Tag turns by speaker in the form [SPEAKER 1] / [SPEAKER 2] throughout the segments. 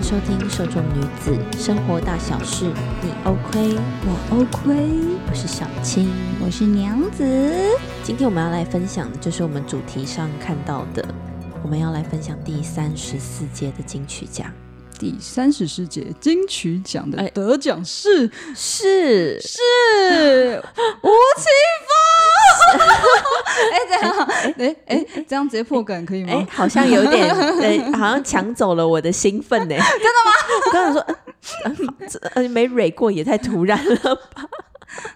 [SPEAKER 1] 收听《受众女子生活大小事》，你 OK，
[SPEAKER 2] 我 OK，
[SPEAKER 1] 我是小青。
[SPEAKER 2] 我是娘子。
[SPEAKER 1] 今天我们要来分享的就是我们主题上看到的，我们要来分享第三十四届的金曲奖，
[SPEAKER 2] 第三十世界金曲奖
[SPEAKER 1] 哎
[SPEAKER 2] 的得奖是、
[SPEAKER 1] 是
[SPEAKER 2] 是吴奇 峰。哎，这样，哎哎，这样直接破梗可以
[SPEAKER 1] 哎、
[SPEAKER 2] 吗？
[SPEAKER 1] 好像有 点，对，好像抢走了我的兴奋呢、 真的吗？我刚想说，呃呃这呃，没蕊过也太突然了吧。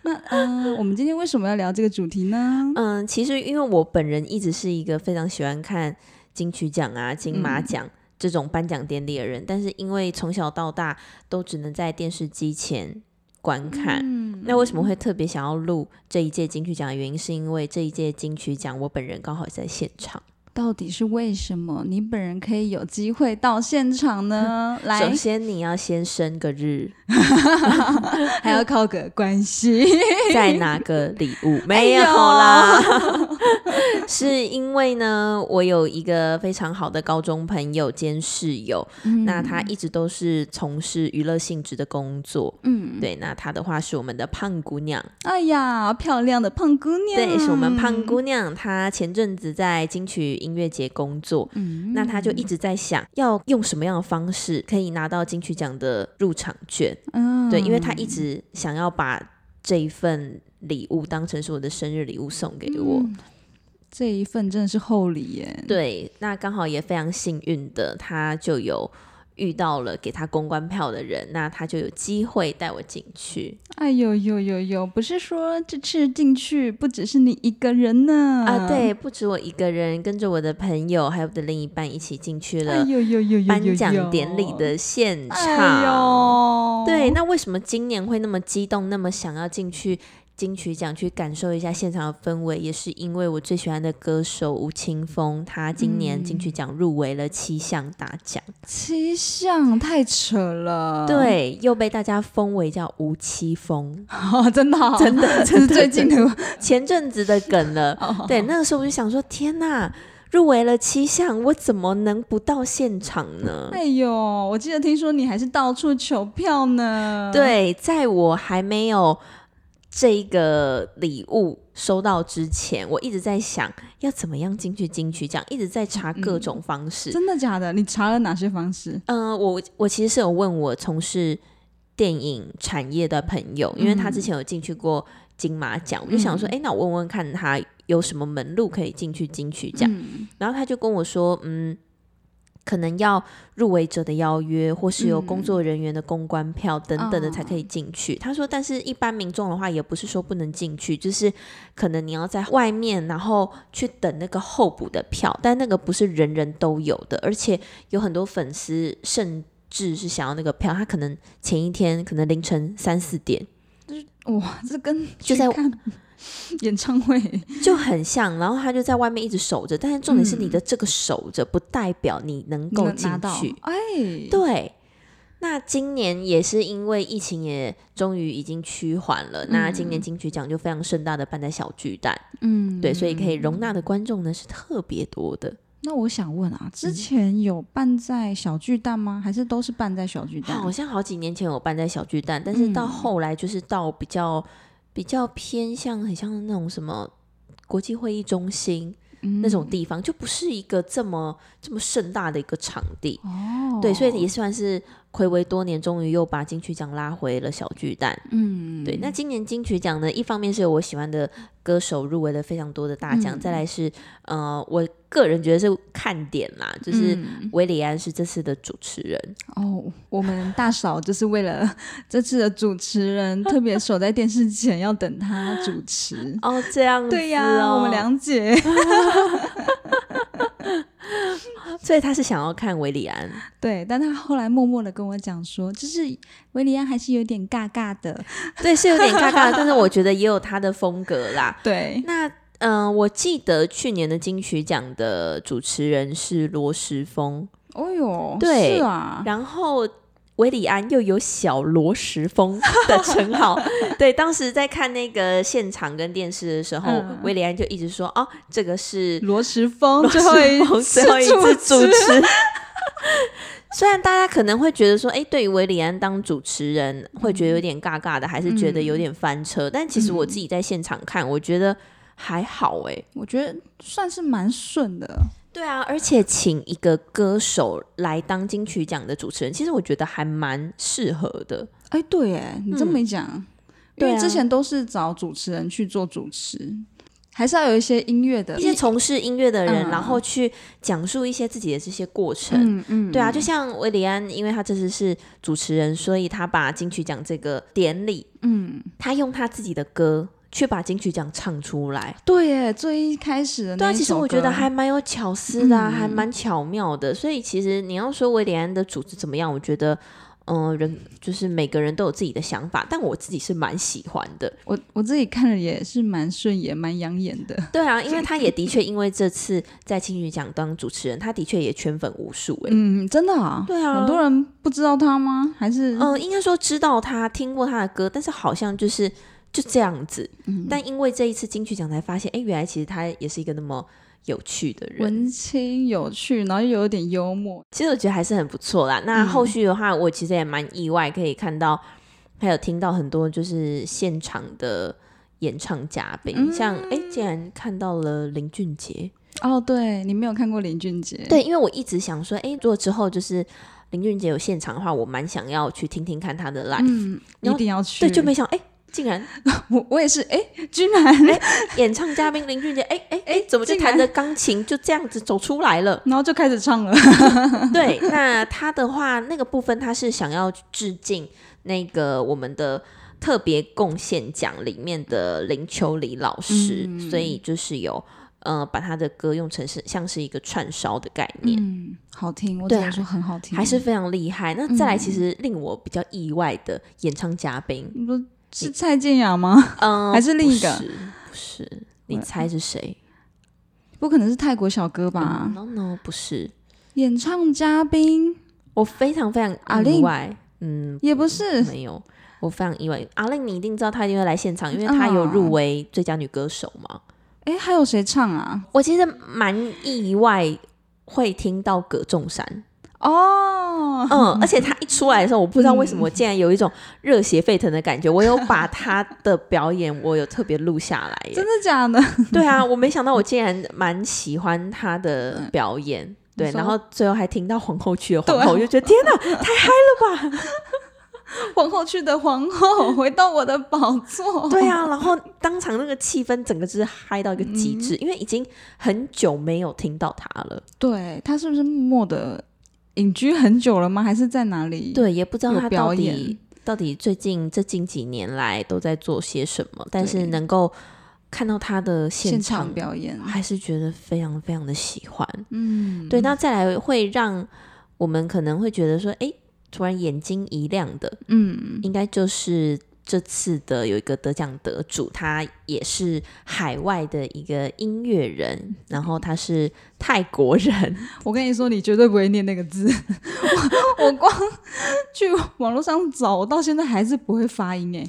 [SPEAKER 2] 那
[SPEAKER 1] 哎
[SPEAKER 2] 呃，我们今天为什么要聊这个主题呢？
[SPEAKER 1] 嗯，其实因为我本人一直是一个非常喜欢看金曲奖啊、金马
[SPEAKER 2] 嗯
[SPEAKER 1] 奖。这种颁奖典礼的人，但是因为从小到大都只能在电视机前观看，
[SPEAKER 2] 嗯
[SPEAKER 1] 那为什么会特别想要录这一届金曲奖的原因，是因为这一届金曲奖我本人刚好也在现场。
[SPEAKER 2] 到底是为什么你本人可以有机会到现 场呢？来
[SPEAKER 1] 首，先你要先生个日，
[SPEAKER 2] 还要靠个关系。
[SPEAKER 1] 再拿个礼物，没有
[SPEAKER 2] 哎呦
[SPEAKER 1] 啦。 是因为呢，我有一个非常好的高中朋友兼室友，那他一直都是从事娱乐性质的工作。
[SPEAKER 2] 嗯，
[SPEAKER 1] 对，那她的话是我们的胖姑娘，
[SPEAKER 2] 哎呀，漂亮的胖姑娘，
[SPEAKER 1] 对，是我们胖姑娘。她前阵子在金曲音乐节工作，
[SPEAKER 2] 嗯
[SPEAKER 1] 那她就一直在想要用什么样的方式可以拿到金曲奖的入场券。
[SPEAKER 2] 嗯
[SPEAKER 1] 对，因为他一直想要把这一份礼物当成是我的生日礼物送给我。
[SPEAKER 2] 嗯这一份真的是厚礼耶。
[SPEAKER 1] 对，那刚好也非常幸运的，他就有遇到了给他公关票的人，那他就有机会带我进去、
[SPEAKER 2] 哎呦呦呦呦，不是说这次进去不只是你一个人呢
[SPEAKER 1] 啊。，对，不止我一个人，跟着我的朋友还有我的另一半一起进去
[SPEAKER 2] 哎
[SPEAKER 1] 了
[SPEAKER 2] 呦呦呦呦
[SPEAKER 1] 颁奖典礼的现
[SPEAKER 2] 哎
[SPEAKER 1] 场。
[SPEAKER 2] 场
[SPEAKER 1] 对，那为什么今年会那么激动，那么想要进去金曲奖去感受一下现场的氛围？也是因为我最喜欢的歌手吴青峰，他今年金曲
[SPEAKER 2] 嗯
[SPEAKER 1] 奖入围了七项大奖，
[SPEAKER 2] 七项太扯了。，
[SPEAKER 1] 对，又被大家封为叫吴七峰，
[SPEAKER 2] 哦， 真的哦、
[SPEAKER 1] 真的，
[SPEAKER 2] 这是最近的。
[SPEAKER 1] 前阵子的梗了。
[SPEAKER 2] 哦
[SPEAKER 1] 对，那个时候我就想说，天呐，入围了七项，我怎么能不到现场呢？
[SPEAKER 2] 哎呦，我记得听说你还是到处求票呢。，
[SPEAKER 1] 对，在我还没有这个礼物收到之前，我一直在想要怎么样进去金曲奖，一直在查各种方式。
[SPEAKER 2] 真的假的？你查了哪些方式？
[SPEAKER 1] 嗯、我我其实是有问我从事电影产业的朋友，因为他之前有进去过金马奖，我就想说，哎、那我问问看他有什么门路可以进去金曲奖。
[SPEAKER 2] 嗯
[SPEAKER 1] 然后他就跟我说，嗯，可能要入围者的邀约，或是有工作人员的公关票等等的
[SPEAKER 2] 哦
[SPEAKER 1] 才可以进去。他说，但是一般民众的话，也不是说不能进去，就是可能你要在外面，然后去等那个候补的票，但那个不是人人都有的，而且有很多粉丝甚。至是想要那个票，他可能前一天可能凌晨三四点
[SPEAKER 2] 哇，这跟
[SPEAKER 1] 就
[SPEAKER 2] 去
[SPEAKER 1] 在
[SPEAKER 2] 看 演唱会
[SPEAKER 1] 就很像，然后他就在外面一直守着，但是重点是你
[SPEAKER 2] 嗯
[SPEAKER 1] 的这个守着不代表你能够
[SPEAKER 2] 能
[SPEAKER 1] 进
[SPEAKER 2] 拿到
[SPEAKER 1] 去，
[SPEAKER 2] 哎，
[SPEAKER 1] 对，那今年也是因为疫情也终于已经趋缓了，那今年金曲奖就非常盛大的办在小巨蛋，
[SPEAKER 2] 嗯，
[SPEAKER 1] 对，所以可以容纳的观众呢是特别多的。
[SPEAKER 2] 那我想问啊，之前有办在小巨蛋吗？还是都是办在小巨蛋？嗯
[SPEAKER 1] 好像好几年前有办在小巨蛋，但是到后来就是到比较比较偏向很像那种什么。国际会议中心
[SPEAKER 2] 嗯
[SPEAKER 1] 那种地方、就不是一个这么这么盛大的一个场地，
[SPEAKER 2] 哦，
[SPEAKER 1] 对，所以也算是暌违多年，终于又把金曲奖拉回了小巨蛋。
[SPEAKER 2] 嗯，
[SPEAKER 1] 对，那今年金曲奖呢，一方面是有我喜欢的歌手入围了非常多的大奖，
[SPEAKER 2] 嗯
[SPEAKER 1] 再来是呃，我个人觉得是看点啦，就是
[SPEAKER 2] 嗯
[SPEAKER 1] 韦礼安是这次的主持人，
[SPEAKER 2] 哦，我们大嫂就是为了 这次的主持人，特别守在电视前要等他主 持。
[SPEAKER 1] 哦，这样
[SPEAKER 2] 对呀、
[SPEAKER 1] 子哦
[SPEAKER 2] 我们梁姐，
[SPEAKER 1] 所以他是想要看韦礼安，
[SPEAKER 2] 对，但她后来默默的跟我讲说，就是维里安还是有点尬尬的，
[SPEAKER 1] 对，是有点尴 尬，但是我觉得也有他的风格啦。
[SPEAKER 2] 对，
[SPEAKER 1] 那嗯、呃我记得去年的金曲奖的主持人是罗时丰，
[SPEAKER 2] 哦哟，
[SPEAKER 1] 对
[SPEAKER 2] 是啊，
[SPEAKER 1] 然后韦礼安又有小罗时 丰的称号。对，当时在看那个现场跟电视的时候，
[SPEAKER 2] 嗯
[SPEAKER 1] 韦、礼安就一直说：“哦，这个是
[SPEAKER 2] 罗时丰
[SPEAKER 1] 罗时
[SPEAKER 2] 最后
[SPEAKER 1] 丰最后一次主
[SPEAKER 2] 持，
[SPEAKER 1] 持。” 虽然大家可能会觉得说，哎、对于维里安当主持人会
[SPEAKER 2] 嗯
[SPEAKER 1] 觉得有点尬尬的，还是觉得有点翻车，但其实我自己在现场看，我觉得还好哎、
[SPEAKER 2] 我觉得算是蛮顺的，
[SPEAKER 1] 对啊，而且请一个歌手来当金曲奖的主持人，其实我觉得还蛮适合的。
[SPEAKER 2] 哎，对耶，你这么一讲，因
[SPEAKER 1] 嗯对
[SPEAKER 2] 为
[SPEAKER 1] 啊
[SPEAKER 2] 之前都是找主持人去做主持，还是要有一些音乐的
[SPEAKER 1] 一些从事音乐的人，
[SPEAKER 2] 嗯
[SPEAKER 1] 然后去讲述一些自己的这些过程。
[SPEAKER 2] 嗯嗯，
[SPEAKER 1] 对啊，就像维里安，因为他这次是主持人，所以他把金曲奖这个典礼，
[SPEAKER 2] 嗯，
[SPEAKER 1] 他用他自己的歌去把金曲奖唱出来。
[SPEAKER 2] 对耶，最一开始的
[SPEAKER 1] 对
[SPEAKER 2] 哦那
[SPEAKER 1] 啊，
[SPEAKER 2] 一
[SPEAKER 1] 其实
[SPEAKER 2] 首
[SPEAKER 1] 我觉
[SPEAKER 2] 歌嗯
[SPEAKER 1] 得还蛮有巧思的、啊，还蛮巧妙的。所以其实你要说维里安的组织怎么样，我觉得，嗯、人就是每个人都有自己的想法，但我自己是蛮喜欢的。
[SPEAKER 2] 我我自己看了也是蛮顺眼、蛮养眼的。
[SPEAKER 1] 对啊，因为他也的确因为这次在金曲奖当主持人，他的确也圈粉无数哎、
[SPEAKER 2] 嗯，真的啊，
[SPEAKER 1] 对啊
[SPEAKER 2] 很多人不知道他吗？还是
[SPEAKER 1] 嗯、应该说知道他听过他的歌，但是好像就是就这样子。但因为这一次金曲奖才发现，哎，原来其实他也是一个那么有趣的人。
[SPEAKER 2] 文青有趣，然后又有点幽默。
[SPEAKER 1] 其实我觉得还是很不错啦。那后续的话，我其实也蛮意外，可以看到还有听到很多就是现场的演唱嘉宾，像哎，诶竟然看到了林俊杰。
[SPEAKER 2] 哦，对你没有看过林俊杰？，
[SPEAKER 1] 对，因为我一直想说，哎，如果之后就是林俊杰有现场的话，我蛮想要去听听看他的 live。
[SPEAKER 2] 嗯，一
[SPEAKER 1] 然后
[SPEAKER 2] 定要去。
[SPEAKER 1] 对，就没想哎，诶竟然
[SPEAKER 2] 我我也是， 哎，居然，
[SPEAKER 1] 演唱嘉宾林俊杰，哎哎哎，怎么就
[SPEAKER 2] 竟
[SPEAKER 1] 弹
[SPEAKER 2] 然
[SPEAKER 1] 着钢琴就这样子走出来 了？
[SPEAKER 2] 然后就开始唱了。
[SPEAKER 1] 对，那他的话，那个部分他是想要致敬那个我们的特别贡献奖里面的林秋离老师，
[SPEAKER 2] 嗯
[SPEAKER 1] 所以就是有呃把他的歌用成是像是一个串烧的概念。
[SPEAKER 2] 嗯，好听，我只
[SPEAKER 1] 对啊
[SPEAKER 2] 能说很好听。
[SPEAKER 1] 还是非常厉害。那
[SPEAKER 2] 嗯
[SPEAKER 1] 再来，其实令我比较意外的演唱嘉宾，
[SPEAKER 2] 你说是蔡健雅吗？
[SPEAKER 1] 嗯、
[SPEAKER 2] 还是另一个
[SPEAKER 1] 不是，不是你猜是谁
[SPEAKER 2] 不可能是泰国小哥吧？
[SPEAKER 1] n o No，不是。
[SPEAKER 2] 演唱嘉宾
[SPEAKER 1] 我非常非
[SPEAKER 2] 阿
[SPEAKER 1] 常意
[SPEAKER 2] 令
[SPEAKER 1] 外，嗯，
[SPEAKER 2] 也不是。
[SPEAKER 1] 没有，我非常意外。阿令，你一定知道她一定会来现场，因为
[SPEAKER 2] 嗯
[SPEAKER 1] 她有
[SPEAKER 2] 啊
[SPEAKER 1] 入围最佳女歌手嘛。
[SPEAKER 2] 哎，还有谁唱啊？
[SPEAKER 1] 我其实蛮意外会听到葛仲珊，
[SPEAKER 2] 哦，
[SPEAKER 1] 嗯，而且她一出来的时候，我不知道为什
[SPEAKER 2] 嗯
[SPEAKER 1] 么我竟然有一种热血沸腾的感觉。我有把她的表演，我有特别录下来耶
[SPEAKER 2] 真。的假的？
[SPEAKER 1] 对啊，我没想到我竟然蛮喜欢她的表演。对，
[SPEAKER 2] 嗯你说
[SPEAKER 1] 然后最后还听到皇后区的皇
[SPEAKER 2] 对啊
[SPEAKER 1] 后，我就觉得天哪，
[SPEAKER 2] 皇后区的皇后回到我的宝座。
[SPEAKER 1] 对啊，然后当场那个气氛整个就是嗨到一个极致，
[SPEAKER 2] 嗯
[SPEAKER 1] 因为已经很久没有听到他了，
[SPEAKER 2] 对他是不是默默的隐居很久了吗？还是在哪里？，
[SPEAKER 1] 对，也不知道
[SPEAKER 2] 有
[SPEAKER 1] 他
[SPEAKER 2] 表
[SPEAKER 1] 到底
[SPEAKER 2] 演
[SPEAKER 1] 到底最近这近几年来都在做些什么，但是
[SPEAKER 2] 对
[SPEAKER 1] 能够看到他的现
[SPEAKER 2] 现
[SPEAKER 1] 场，
[SPEAKER 2] 场表演。
[SPEAKER 1] 还是觉得非常非常的喜欢。
[SPEAKER 2] 嗯，
[SPEAKER 1] 对，那再来会让我们可能会觉得说，哎，突然眼睛一亮的，
[SPEAKER 2] 嗯，
[SPEAKER 1] 应该就是这次的有一个得奖得主，他也是海外的一个音乐人，然后他是泰国人，
[SPEAKER 2] 我跟你说，你绝对不会念那个字。 我 我光去网络上找，我到现在还是不会发音哎。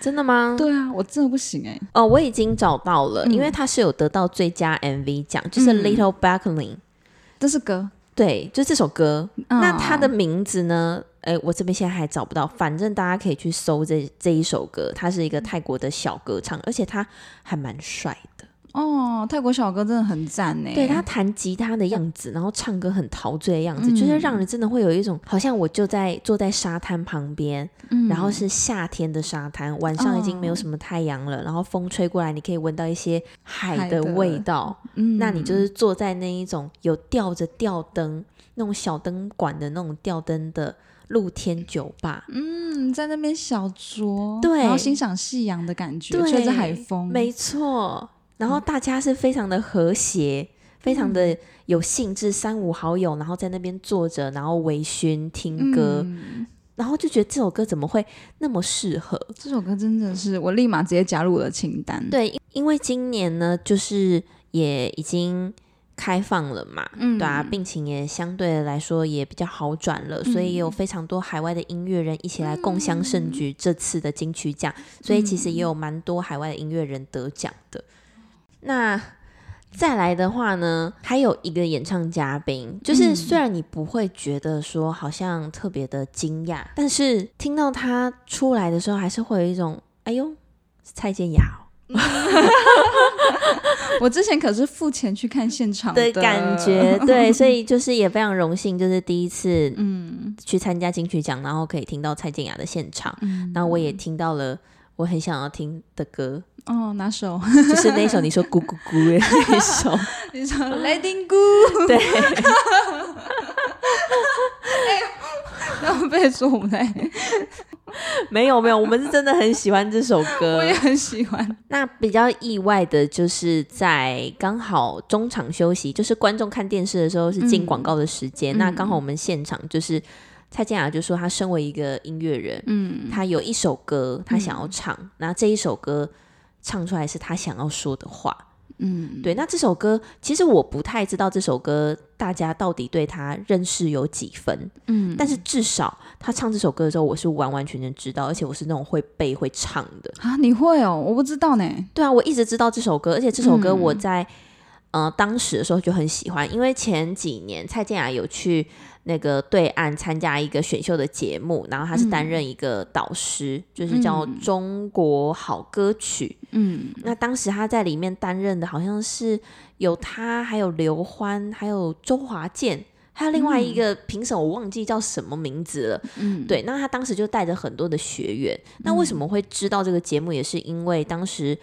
[SPEAKER 1] 真的吗？
[SPEAKER 2] 对啊，我真的不行哎。
[SPEAKER 1] 哦，我已经找到了，
[SPEAKER 2] 嗯
[SPEAKER 1] 因为他是有得到最佳 MV 奖，就是
[SPEAKER 2] 嗯
[SPEAKER 1] Little Backling，、
[SPEAKER 2] 这是歌，
[SPEAKER 1] 对，就这首歌。那他的
[SPEAKER 2] 啊
[SPEAKER 1] 名字呢？哎，我这边现在还找不到，反正大家可以去搜这这一首歌，他是一个泰国的小歌唱，而且他还蛮帅的。
[SPEAKER 2] 哦，泰国小哥真的很赞哎。
[SPEAKER 1] 对他弹吉他的样子，然后唱歌很陶醉的样子，就是让
[SPEAKER 2] 嗯
[SPEAKER 1] 人真的会有一种好像我就在坐在沙滩旁边，
[SPEAKER 2] 嗯，
[SPEAKER 1] 然后是夏天的沙滩，晚上已经没有
[SPEAKER 2] 哦
[SPEAKER 1] 什么太阳了，然后风吹过来，你可以闻到一些海
[SPEAKER 2] 海
[SPEAKER 1] 的
[SPEAKER 2] 的
[SPEAKER 1] 味道，
[SPEAKER 2] 嗯
[SPEAKER 1] 那你就是坐在那一种有吊着吊灯那种小灯管的那种吊灯的露天酒吧。
[SPEAKER 2] 嗯，在那边小酌，
[SPEAKER 1] 对
[SPEAKER 2] 然后欣赏夕阳的感觉，
[SPEAKER 1] 对
[SPEAKER 2] 吹着海风，
[SPEAKER 1] 没错，然后大家是非常的和谐，非常的有兴致，三五好友，然后在那边坐着，然后微醺听歌，
[SPEAKER 2] 嗯
[SPEAKER 1] 然后就觉得这首歌怎么会那么适合？
[SPEAKER 2] 这首歌真的是我立马直接加入我的清单。，
[SPEAKER 1] 对，因因为今年呢，就是也已经开放了嘛，
[SPEAKER 2] 嗯
[SPEAKER 1] 对啊，病情也相对来说也比较好转了，所以也有非常多海外的音乐人一起来共襄盛举这次的金曲奖，所以其实也有蛮多海外的音乐人得奖的。那再来的话呢，还有一个演唱嘉宾，就是虽然你不会觉得说好像特别的惊讶，但是听到他出来的时候，还是会有一种哎呦，是蔡健雅哦
[SPEAKER 2] 我之前可是付钱去看现场
[SPEAKER 1] 的
[SPEAKER 2] 的
[SPEAKER 1] 感 觉，对，所以就是也非常荣幸，就是第一次嗯去参加金曲奖，然后可以听到蔡健雅的现场，
[SPEAKER 2] 嗯
[SPEAKER 1] 然后我也听到了我很想要听的歌，
[SPEAKER 2] 哦，哪首？
[SPEAKER 1] 就是那一首你说咕咕咕的那一首，
[SPEAKER 2] 你说《雷丁姑》，
[SPEAKER 1] 对，
[SPEAKER 2] 然后被说我们在，
[SPEAKER 1] 没有没有，我们是真的很喜欢这首歌，
[SPEAKER 2] 我也很喜欢。
[SPEAKER 1] 那比较意外的就是在刚好中场休息，就是观众看电视的时候是进广告的时间，那刚好我们现场就是蔡健雅就说她身为一个音乐人，
[SPEAKER 2] 嗯，
[SPEAKER 1] 她有一首歌她想要唱，那这一首歌唱出来是她想要说的话，
[SPEAKER 2] 嗯，
[SPEAKER 1] 对，那这首歌其实我不太知道这首歌大家到底对他认识有几分，嗯，但是至少他唱这首歌的时候，我是完完全全知道，而且我是那种会背会唱的。
[SPEAKER 2] 啊，你会哦，我不知道呢。
[SPEAKER 1] 对啊，我一直知道这首歌，而且这首歌我在、呃当时的时候就很喜欢，因为前几年蔡健雅有去那个对岸参加一个选秀的节目，然后她是担任一个导师，就是叫《中国好歌曲》。
[SPEAKER 2] 嗯，
[SPEAKER 1] 那当时她在里面担任的好像是有她，还有刘欢，还有周华健。还有另外一个评审，我忘记叫什么名字了。
[SPEAKER 2] 嗯，
[SPEAKER 1] 对，那他当时就带着很多的学员。那为什么会知道这个节目，也是因为当时，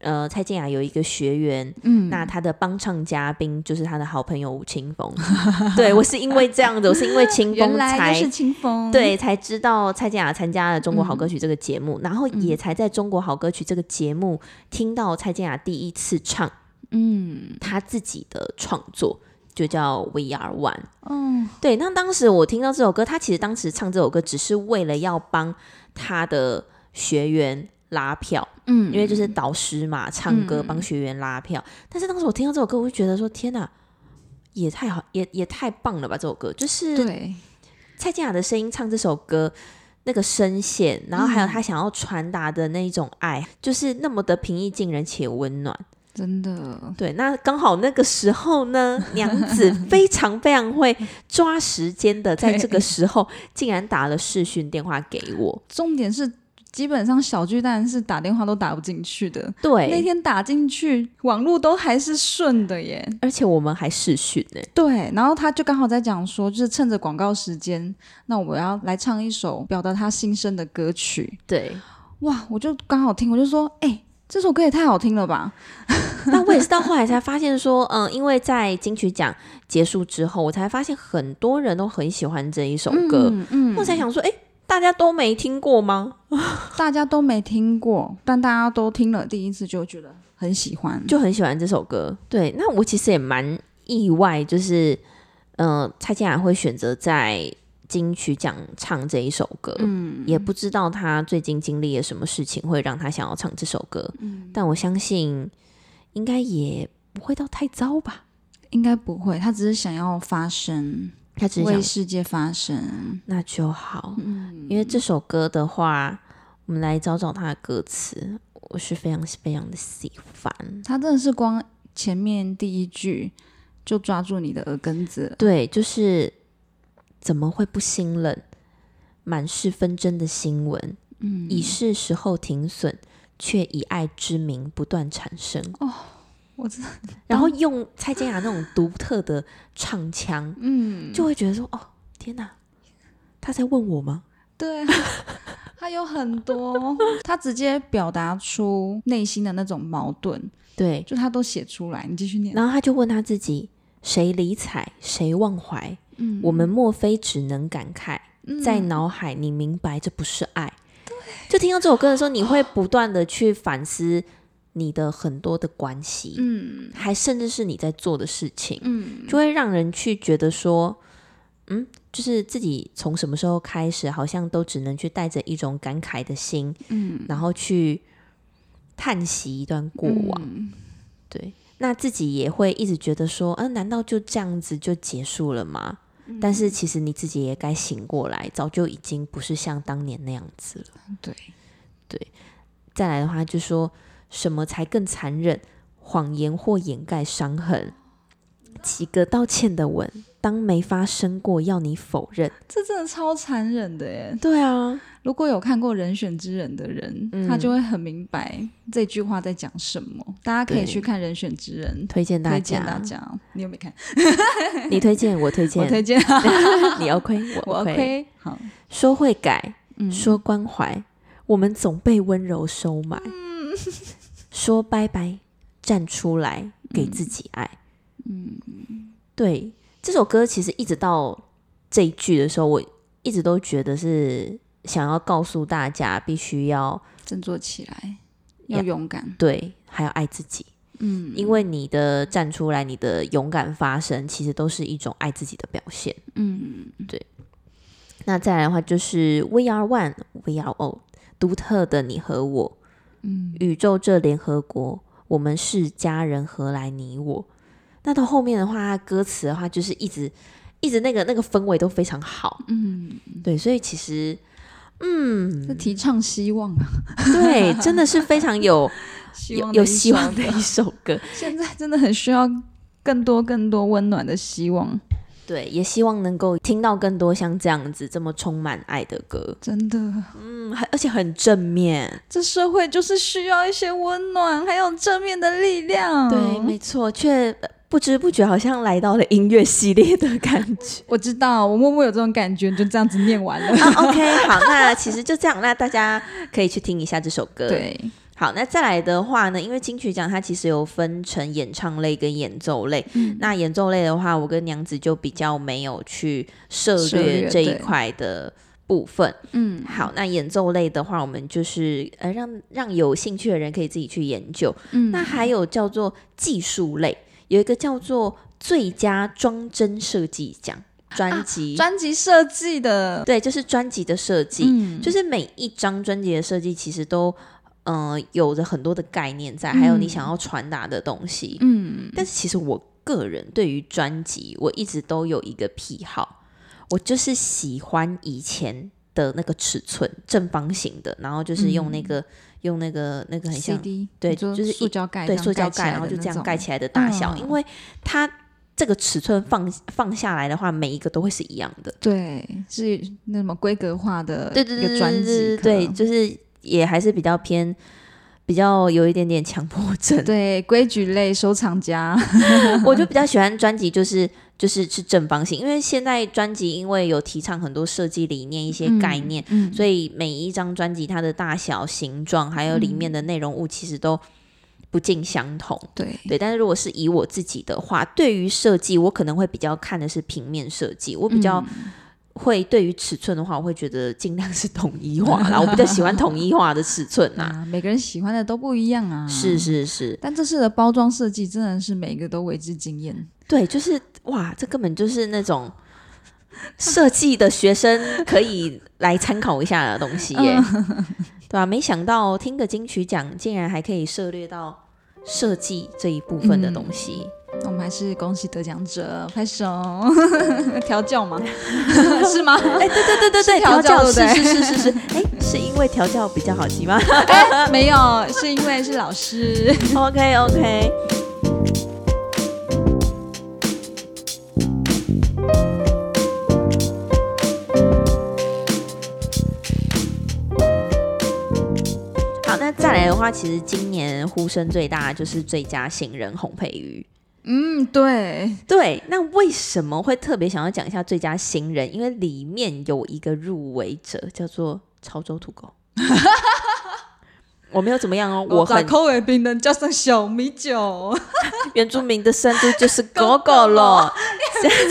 [SPEAKER 1] 呃，蔡健雅有一个学员，
[SPEAKER 2] 嗯，
[SPEAKER 1] 那他的帮唱嘉宾就是他的好朋友吴青峰。 对我是因为这样子，我是因为清
[SPEAKER 2] 原
[SPEAKER 1] 风
[SPEAKER 2] 来
[SPEAKER 1] 才
[SPEAKER 2] 又是嗯清风。，
[SPEAKER 1] 对，才知道蔡健雅参加了《中国好歌曲》这个节目，然后
[SPEAKER 2] 嗯
[SPEAKER 1] 也才在《中国好歌曲》这个节目听到蔡健雅第一次唱
[SPEAKER 2] 嗯，
[SPEAKER 1] 她自己的创作，就叫《We Are One》。
[SPEAKER 2] 哦，
[SPEAKER 1] 对，那当时我听到这首歌，她其实当时唱这首歌只是为了要帮她的学员拉票，
[SPEAKER 2] 嗯，
[SPEAKER 1] 因为就是导师嘛，唱歌帮学员拉票。但是当时我听到这首歌，我就觉得说，天哪！也太好，也也太棒了吧！这首歌就是
[SPEAKER 2] 对，
[SPEAKER 1] 蔡健雅的声音唱这首歌，那个声线，然后
[SPEAKER 2] 嗯
[SPEAKER 1] 还有她想要传达的那一种爱，就是那么的平易近人且温暖。
[SPEAKER 2] 真的，
[SPEAKER 1] 对，那刚好那个时候 呢，娘子非常非常会抓时间的，在这个时候竟然打了视讯电话给我。
[SPEAKER 2] 重点是。基本上小巨蛋是打电话都打不进去的，那
[SPEAKER 1] 对，
[SPEAKER 2] 天打进去网络都还是顺的耶。
[SPEAKER 1] 而且我们还视讯呢、
[SPEAKER 2] 对，然后他就刚好在讲说，就是趁着广告时间，那我要来唱一首表达他心声的歌曲。
[SPEAKER 1] 对，
[SPEAKER 2] 哇，我就刚好听，我就说，哎、这首歌也太好听了吧！
[SPEAKER 1] 那我也是到后来才发现说，嗯，因为在金曲奖结束之后，我才发现很多人都很喜欢这一首歌，
[SPEAKER 2] 嗯嗯，
[SPEAKER 1] 我才想说，哎、大家都没听过吗？
[SPEAKER 2] 大家都没听过，但大家都听了第一次就觉得很喜欢。
[SPEAKER 1] 就很喜欢这首歌。对，那我其实也蛮意外，就是嗯、呃蔡健雅会选择在金曲奖唱这一首歌，嗯，也不知道她最近经历了什么事情，会让她想要唱这首歌。嗯，但我相信应该也不会到太糟吧。
[SPEAKER 2] 应该不会，他只是想要发声，
[SPEAKER 1] 她只是
[SPEAKER 2] 为
[SPEAKER 1] 想，
[SPEAKER 2] 世界发声。
[SPEAKER 1] 那就好，因为这首歌的话，我们来找找它的歌词，我是非常非常的喜欢。
[SPEAKER 2] 他真的是光前面第一句就抓住你的耳根子了。
[SPEAKER 1] 对，就是怎么会不心冷？满是纷争的新闻，嗯，已是时候停损，却以爱之名不断产生。哦，
[SPEAKER 2] 我
[SPEAKER 1] 真的， 然后用蔡健雅那种独特的唱腔，
[SPEAKER 2] 嗯，
[SPEAKER 1] 就会觉得说，哦，天哪，他在问我吗？
[SPEAKER 2] 对啊， 他有很多，他直接表达出内心的那种矛盾，
[SPEAKER 1] 对，
[SPEAKER 2] 就他都写出来。你继续念。
[SPEAKER 1] 然后他就问他自己：谁理睬，谁忘怀？
[SPEAKER 2] 嗯
[SPEAKER 1] 我们莫非只能感慨？在脑海，你明白这不是爱。就听到这首歌的时候，你会不断的去反思你的很多的关系，
[SPEAKER 2] 嗯
[SPEAKER 1] 还甚至是你在做的事情，
[SPEAKER 2] 嗯，
[SPEAKER 1] 就会让人去觉得说，嗯，就是自己从什么时候开始，好像都只能去带着一种感慨的心，
[SPEAKER 2] 嗯，
[SPEAKER 1] 然后去叹息一段过往。
[SPEAKER 2] 嗯
[SPEAKER 1] 对，那自己也会一直觉得说，嗯、难道就这样子就结束了吗？
[SPEAKER 2] 嗯
[SPEAKER 1] 但是其实你自己也该醒过来，早就已经不是像当年那样子了。
[SPEAKER 2] 对
[SPEAKER 1] 对，再来的话就说什么才更残忍？谎言或掩盖伤痕。几个道歉的吻，当没发生过，要你否认。
[SPEAKER 2] 这真的超残忍的耶！
[SPEAKER 1] 对啊，
[SPEAKER 2] 如果有看过《人选之人》的人，
[SPEAKER 1] 嗯
[SPEAKER 2] 他就会很明白这句话在讲什么。大家可以
[SPEAKER 1] 对
[SPEAKER 2] 去看《人选之人》，
[SPEAKER 1] 推荐大
[SPEAKER 2] 推荐
[SPEAKER 1] 家，
[SPEAKER 2] 大家。你有没有看？
[SPEAKER 1] 你推荐，我推
[SPEAKER 2] 我
[SPEAKER 1] 荐，
[SPEAKER 2] 推荐，
[SPEAKER 1] 你 OK，
[SPEAKER 2] 我
[SPEAKER 1] 我
[SPEAKER 2] OK。好，
[SPEAKER 1] 说会改，
[SPEAKER 2] 嗯，
[SPEAKER 1] 说关怀，我们总被温柔收买。 说拜拜，站出来，给自己爱。嗯，对，这首歌其实一直到这一句的时候，我一直都觉得是想要告诉大家，必须要
[SPEAKER 2] 振作起来，要
[SPEAKER 1] 呀
[SPEAKER 2] 勇敢。
[SPEAKER 1] 对，还要爱自己。
[SPEAKER 2] 嗯
[SPEAKER 1] 因为你的站出来，你的勇敢发声，其实都是一种爱自己的表现。
[SPEAKER 2] 嗯，
[SPEAKER 1] 那再来的话就是 We are one, We are all，独特的你和我，嗯，宇宙这联合国，我们是家人，何来你我？那到后面的话，它歌词的话就是一直一直那个那个氛围都非常好，嗯，对，所以其实，嗯，
[SPEAKER 2] 这提倡希望啊，
[SPEAKER 1] 对，真的是非常有
[SPEAKER 2] 希
[SPEAKER 1] 有
[SPEAKER 2] 望
[SPEAKER 1] 有
[SPEAKER 2] 的一
[SPEAKER 1] 希
[SPEAKER 2] 首
[SPEAKER 1] 望的
[SPEAKER 2] 歌
[SPEAKER 1] 一首歌，
[SPEAKER 2] 现在真的很需要更多更多温暖的希望，
[SPEAKER 1] 对，也希望能够听到更多像这样子这么充满爱的歌，
[SPEAKER 2] 真的，
[SPEAKER 1] 嗯，还而且很正面，
[SPEAKER 2] 这社会就是需要一些温暖，还有正面的力量。。
[SPEAKER 1] 对，没错，却呃不知不觉好像来到了音乐系列的感觉
[SPEAKER 2] 我知道，我默默有这种感觉，就这样子念完了。
[SPEAKER 1] 啊、OK，好，那其实就这样，那大家可以去听一下这首歌。，
[SPEAKER 2] 对，
[SPEAKER 1] 好，那再来的话呢，因为金曲奖它其实有分成演唱类跟演奏类。那演奏类的话，我跟娘子就比较没有去涉
[SPEAKER 2] 涉
[SPEAKER 1] 略
[SPEAKER 2] 略
[SPEAKER 1] 这一
[SPEAKER 2] 对
[SPEAKER 1] 块的部分。
[SPEAKER 2] 嗯，
[SPEAKER 1] 好，那演奏类的话，我们就是呃让让有兴趣的人可以自己去研究。
[SPEAKER 2] 嗯
[SPEAKER 1] 那还有叫做技术类，有一个叫做最佳装帧设计奖，专辑、
[SPEAKER 2] 啊专辑设计的，
[SPEAKER 1] 对，就是专辑的设计，
[SPEAKER 2] 嗯，
[SPEAKER 1] 就是每一张专辑的设计其实都嗯、呃有着很多的概念在，还有你
[SPEAKER 2] 嗯
[SPEAKER 1] 想要传达的东西。
[SPEAKER 2] 嗯，
[SPEAKER 1] 但是其实我个人对于专辑，我一直都有一个癖好，我就是喜欢以前。的那个尺寸正方形的，然后就是用
[SPEAKER 2] 嗯
[SPEAKER 1] 那个、用那个那个很像
[SPEAKER 2] CD，
[SPEAKER 1] 对
[SPEAKER 2] 你说
[SPEAKER 1] 就是一
[SPEAKER 2] 塑胶盖
[SPEAKER 1] 对，
[SPEAKER 2] 这样
[SPEAKER 1] 塑
[SPEAKER 2] 起来的
[SPEAKER 1] 胶
[SPEAKER 2] 那种，
[SPEAKER 1] 盖，然后就这样盖起来的大小，
[SPEAKER 2] 嗯
[SPEAKER 1] 因为它这个尺寸放放下来的话，每一个都会是一样的。
[SPEAKER 2] 对，是那什么规格化的
[SPEAKER 1] 对对
[SPEAKER 2] 一
[SPEAKER 1] 对
[SPEAKER 2] 个
[SPEAKER 1] 对
[SPEAKER 2] 专
[SPEAKER 1] 对
[SPEAKER 2] 辑
[SPEAKER 1] 对
[SPEAKER 2] 可，
[SPEAKER 1] 对，就是也还是比较偏，比较有一点点强迫症。
[SPEAKER 2] 对规矩类收藏家，
[SPEAKER 1] 我就比较喜欢专辑，就是就是是正方形，因为现在专辑因为有提倡很多设计理念、一些概念，
[SPEAKER 2] 嗯，
[SPEAKER 1] 所以每一张专辑它的大小、形状，还有里面的内容物，其实都不尽相同。
[SPEAKER 2] 对，
[SPEAKER 1] 对，但是如果是以我自己的话，对于设计，我可能会比较看的是平面设计，我比
[SPEAKER 2] 嗯
[SPEAKER 1] 较会对于尺寸的话，我会觉得尽量是统一化啦，我比较喜欢统一化的尺寸 啦。
[SPEAKER 2] 啊，每个人喜欢的都不一样啊，
[SPEAKER 1] 是。是是，
[SPEAKER 2] 但这次的包装设计真的是每个都为之惊艳，
[SPEAKER 1] 对，就是哇，这根本就是那种设计的学生可以来参考一下的东西耶，对吧、没想到听个金曲奖，竟然还可以涉猎到设计这一部分的东
[SPEAKER 2] 嗯
[SPEAKER 1] 西。
[SPEAKER 2] 那我们还是恭喜得奖者，拍手， 调教吗？ 是吗？
[SPEAKER 1] 哎，对对对对对，
[SPEAKER 2] 是
[SPEAKER 1] 调
[SPEAKER 2] 调
[SPEAKER 1] 教
[SPEAKER 2] 教对
[SPEAKER 1] 是
[SPEAKER 2] 不
[SPEAKER 1] 是是是是，哎，是因为调教比较好记吗
[SPEAKER 2] 哎没有，是因为是老师。
[SPEAKER 1] ？OK OK，好，那再来的话，其实今年呼声最大的就是最佳新人洪佩瑜。
[SPEAKER 2] 嗯，对，
[SPEAKER 1] 对，那为什么会特别想要讲一下最佳新人？因为里面有一个入围者叫做潮州土 狗，我没有怎么样哦，我很
[SPEAKER 2] 口味冰的加上小米 酒，
[SPEAKER 1] 原住民的深度就是狗狗了。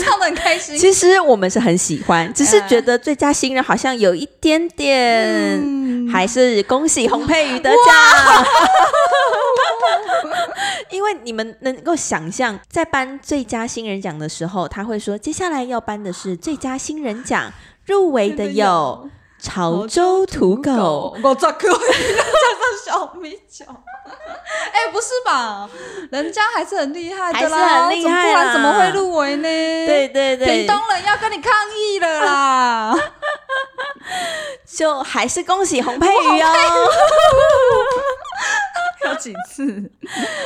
[SPEAKER 2] 唱的很 开心。
[SPEAKER 1] 其实我们是很喜欢，只是
[SPEAKER 2] 嗯
[SPEAKER 1] 觉得最佳新人好像有一点点，
[SPEAKER 2] 嗯，
[SPEAKER 1] 还是恭喜洪佩瑜得 奖。因为你们能够想象，在颁最佳新人奖的时候，他会说接下来要颁的是最佳新人奖，入围
[SPEAKER 2] 哎
[SPEAKER 1] 的有潮州土狗。，
[SPEAKER 2] 我 咋口味冰的加上小米酒？ 哎，不是吧？人家还是很厉害的啦，
[SPEAKER 1] 还是很厉害
[SPEAKER 2] 不然
[SPEAKER 1] 啦
[SPEAKER 2] 怎么会入围呢？
[SPEAKER 1] 对。对
[SPEAKER 2] 屏
[SPEAKER 1] 对，
[SPEAKER 2] 东人要跟你抗议了 啦！
[SPEAKER 1] 就还是恭喜洪佩瑜哦。
[SPEAKER 2] 有几次？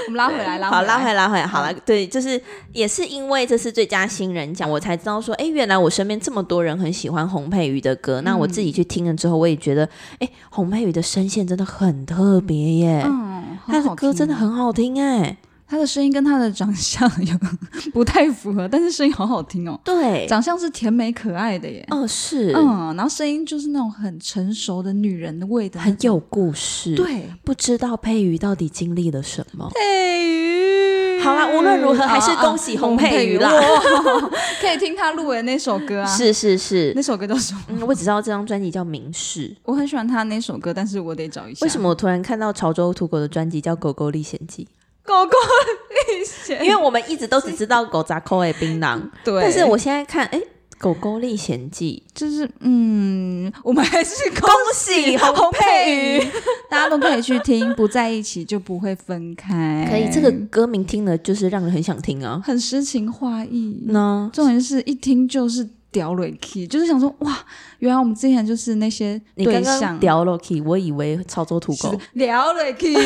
[SPEAKER 2] 我们拉回来，拉嗯
[SPEAKER 1] 好，拉回来，
[SPEAKER 2] 来。
[SPEAKER 1] 拉回来，好了，对，就是也是因为这是最佳新人
[SPEAKER 2] 嗯
[SPEAKER 1] 奖，我才知道说，哎，原来我身边这么多人很喜欢洪佩瑜的歌。
[SPEAKER 2] 嗯
[SPEAKER 1] 那我自己去听了之后，我也觉得，哎，洪佩瑜的声线真的很特别耶，
[SPEAKER 2] 嗯，
[SPEAKER 1] 他的歌真的
[SPEAKER 2] 很好听哦。
[SPEAKER 1] 很好听哎，
[SPEAKER 2] 他的声音跟他的长相有 不太符合，但是声音好好听哦。
[SPEAKER 1] 对，
[SPEAKER 2] 长相是甜美可爱的耶，
[SPEAKER 1] 哦是，
[SPEAKER 2] 嗯，然后声音就是那种很成熟的女人的味道，
[SPEAKER 1] 很有故事，，
[SPEAKER 2] 对。
[SPEAKER 1] 不知道佩瑜到底经历了什么。
[SPEAKER 2] 佩瑜，
[SPEAKER 1] 好啦无论如何还是恭喜洪佩瑜啦
[SPEAKER 2] 啊啊洪佩瑜哇 可以听他入围那首歌啊，
[SPEAKER 1] 是是是
[SPEAKER 2] 那，首歌叫什么？
[SPEAKER 1] 嗯，我只知道这张专辑叫《明示》。
[SPEAKER 2] 我很喜欢他那首歌，但是我得找一下。
[SPEAKER 1] 为什么我突然看到潮州土狗的专辑叫《狗狗历险记
[SPEAKER 2] 狗狗历险？》？
[SPEAKER 1] 因为我们一直都只知道狗杂扣诶槟榔，
[SPEAKER 2] 对，
[SPEAKER 1] 但是我现在看，哎，《狗狗历险记
[SPEAKER 2] 就是嗯， 我们还是恭》，
[SPEAKER 1] 喜
[SPEAKER 2] 洪佩瑜， 大家都可以去听，不在一起就不会分开。
[SPEAKER 1] 可以，这个歌名听了就是让人很想听啊。
[SPEAKER 2] 很诗情画意。
[SPEAKER 1] 那
[SPEAKER 2] 重点是一听就是屌蕊 key，就是想说哇，原来我们之前就是那些
[SPEAKER 1] 你
[SPEAKER 2] 对
[SPEAKER 1] 刚刚
[SPEAKER 2] 象
[SPEAKER 1] 聊了 k 我以为潮州土
[SPEAKER 2] 是
[SPEAKER 1] 狗。
[SPEAKER 2] 屌蕊 key。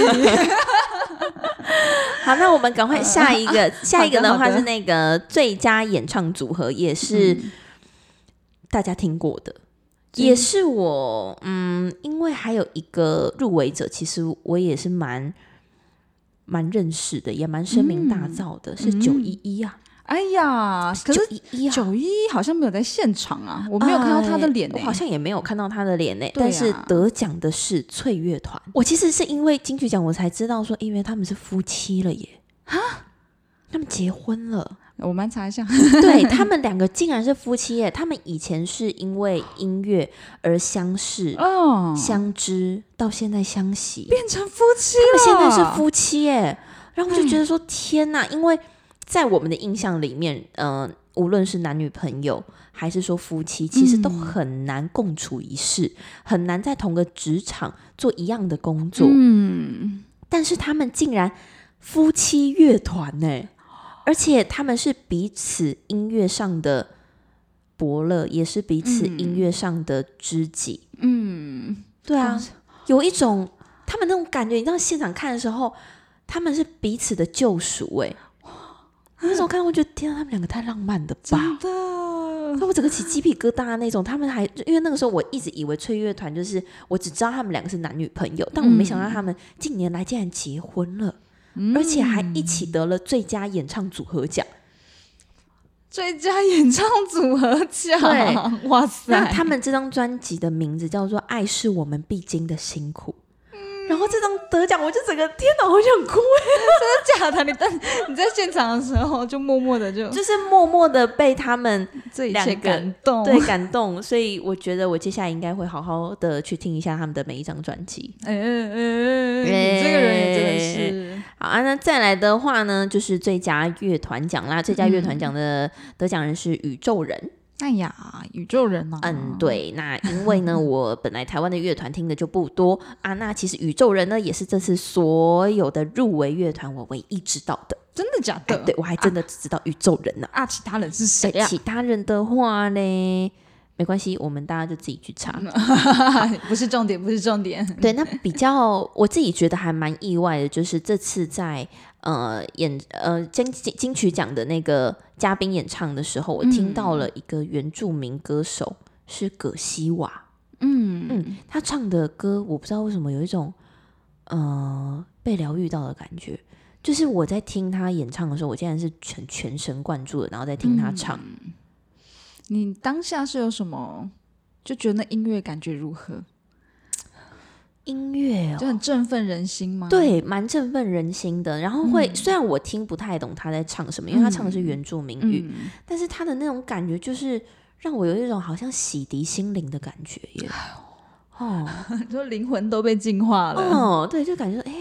[SPEAKER 1] 好，那我们赶快下一 个，下一个的
[SPEAKER 2] 好的
[SPEAKER 1] 话
[SPEAKER 2] 好的
[SPEAKER 1] 是那个最佳演唱组合，也是
[SPEAKER 2] 嗯
[SPEAKER 1] 大家听过的，
[SPEAKER 2] 真
[SPEAKER 1] 也是我嗯，因为还有一个入围者，其实我也是蛮蛮认识的，也蛮声名
[SPEAKER 2] 嗯
[SPEAKER 1] 大噪的，是九一一啊，
[SPEAKER 2] 哎呀，可
[SPEAKER 1] 九
[SPEAKER 2] 是
[SPEAKER 1] 一一啊。
[SPEAKER 2] 九一好像没有在现场啊，我没有看到他的脸、
[SPEAKER 1] 哎
[SPEAKER 2] 欸，
[SPEAKER 1] 我好像也没有看到他的脸呢、
[SPEAKER 2] 对啊
[SPEAKER 1] 但是得奖的是翠乐团。我其实是因为金曲奖，我才知道说，因为他们是夫妻了耶，啊，他们结婚了。
[SPEAKER 2] 我们来查一下。
[SPEAKER 1] 对他们两个竟然是夫妻耶！他们以前是因为音乐而相识、
[SPEAKER 2] 哦，
[SPEAKER 1] 相知，到现在相惜，
[SPEAKER 2] 变成夫妻
[SPEAKER 1] 他
[SPEAKER 2] 了，
[SPEAKER 1] 们现在是夫妻耶！然后我就觉得说，天哪！因为在我们的印象里面，嗯、无论是男女朋友还是说夫妻，其实都
[SPEAKER 2] 嗯
[SPEAKER 1] 很难共处一室，很难在同个职场做一样的工作。
[SPEAKER 2] 嗯，
[SPEAKER 1] 但是他们竟然夫妻乐团呢，而且他们是彼此音乐上的伯乐，也是彼此音乐上的知己。嗯，对啊，有一种他们那种感觉，你知道现场看的时候，他们是彼此的救赎哎。那时候看，我觉得天啊，他们两个太浪漫了吧！
[SPEAKER 2] 真的，
[SPEAKER 1] 那我整个起鸡皮疙瘩的那种。他们还因为那个时候我一直以为翠乐团就是我只知道他们两个是男女朋友，但我没想到他们近年来竟然结婚了，嗯而且
[SPEAKER 2] 嗯
[SPEAKER 1] 还一起得了最佳演唱组合奖。
[SPEAKER 2] 最佳演唱组合奖，
[SPEAKER 1] 对
[SPEAKER 2] 哇塞，
[SPEAKER 1] 那他们这张专辑的名字叫做《爱是我们必经的辛苦》。然后这张得奖，我就整个天哪，好想哭！
[SPEAKER 2] 假的，你但你在 现场的时候就默默的就
[SPEAKER 1] 就是默默的被他们
[SPEAKER 2] 这一
[SPEAKER 1] 两
[SPEAKER 2] 切
[SPEAKER 1] 个
[SPEAKER 2] 感动，
[SPEAKER 1] 对感动，所以我觉得我接下来应该会好好的去听一下他们的每一张专辑。
[SPEAKER 2] 哎，哎哎哎你这个人也真的是，
[SPEAKER 1] 好啊，那再来的话呢，就是最佳乐团奖啦。最佳乐团奖
[SPEAKER 2] 嗯
[SPEAKER 1] 的 得奖人是宇宙人。
[SPEAKER 2] 哎呀，宇宙人啊，
[SPEAKER 1] 嗯，对，那因为呢，我本来台湾的乐团听的就不多啊。那其实宇宙人呢，也是这次所有的入围乐团我唯一知道的。
[SPEAKER 2] 真的假
[SPEAKER 1] 哎
[SPEAKER 2] 的？
[SPEAKER 1] 对我还真的只知道宇宙人呢、
[SPEAKER 2] 啊，其他人是嗯谁
[SPEAKER 1] 对
[SPEAKER 2] 呀？
[SPEAKER 1] 其他人的话嘞，没关系，我们大家就自己去
[SPEAKER 2] 嗯
[SPEAKER 1] 查。
[SPEAKER 2] 不是重点，不是重点，
[SPEAKER 1] 对，那比较我自己觉得还蛮意外的，就是这次在呃演呃金金金曲奖的那个嘉宾演唱的时候，我听到
[SPEAKER 2] 嗯
[SPEAKER 1] 了一个原住民歌手、是葛西瓦，
[SPEAKER 2] 嗯
[SPEAKER 1] 嗯，他唱的歌我不知道为什么有一种呃被疗愈到的感觉。就是我在听他演唱的时候，我竟然是全全神贯注的，然后在听
[SPEAKER 2] 嗯
[SPEAKER 1] 他唱。
[SPEAKER 2] 你当下是有什么？就觉得那音乐感觉如何？
[SPEAKER 1] 音乐、哦、
[SPEAKER 2] 就很振奋人心吗？，
[SPEAKER 1] 对，蛮振奋人心的。然后会，
[SPEAKER 2] 嗯
[SPEAKER 1] 虽然我听不太懂他在唱什么，因为他唱的是原住民语，
[SPEAKER 2] 嗯，
[SPEAKER 1] 但是他的那种感觉就是让我有一种好像洗涤心灵的感觉耶。哦
[SPEAKER 2] 就灵魂都被净化了。
[SPEAKER 1] 哦，对，就感觉哎、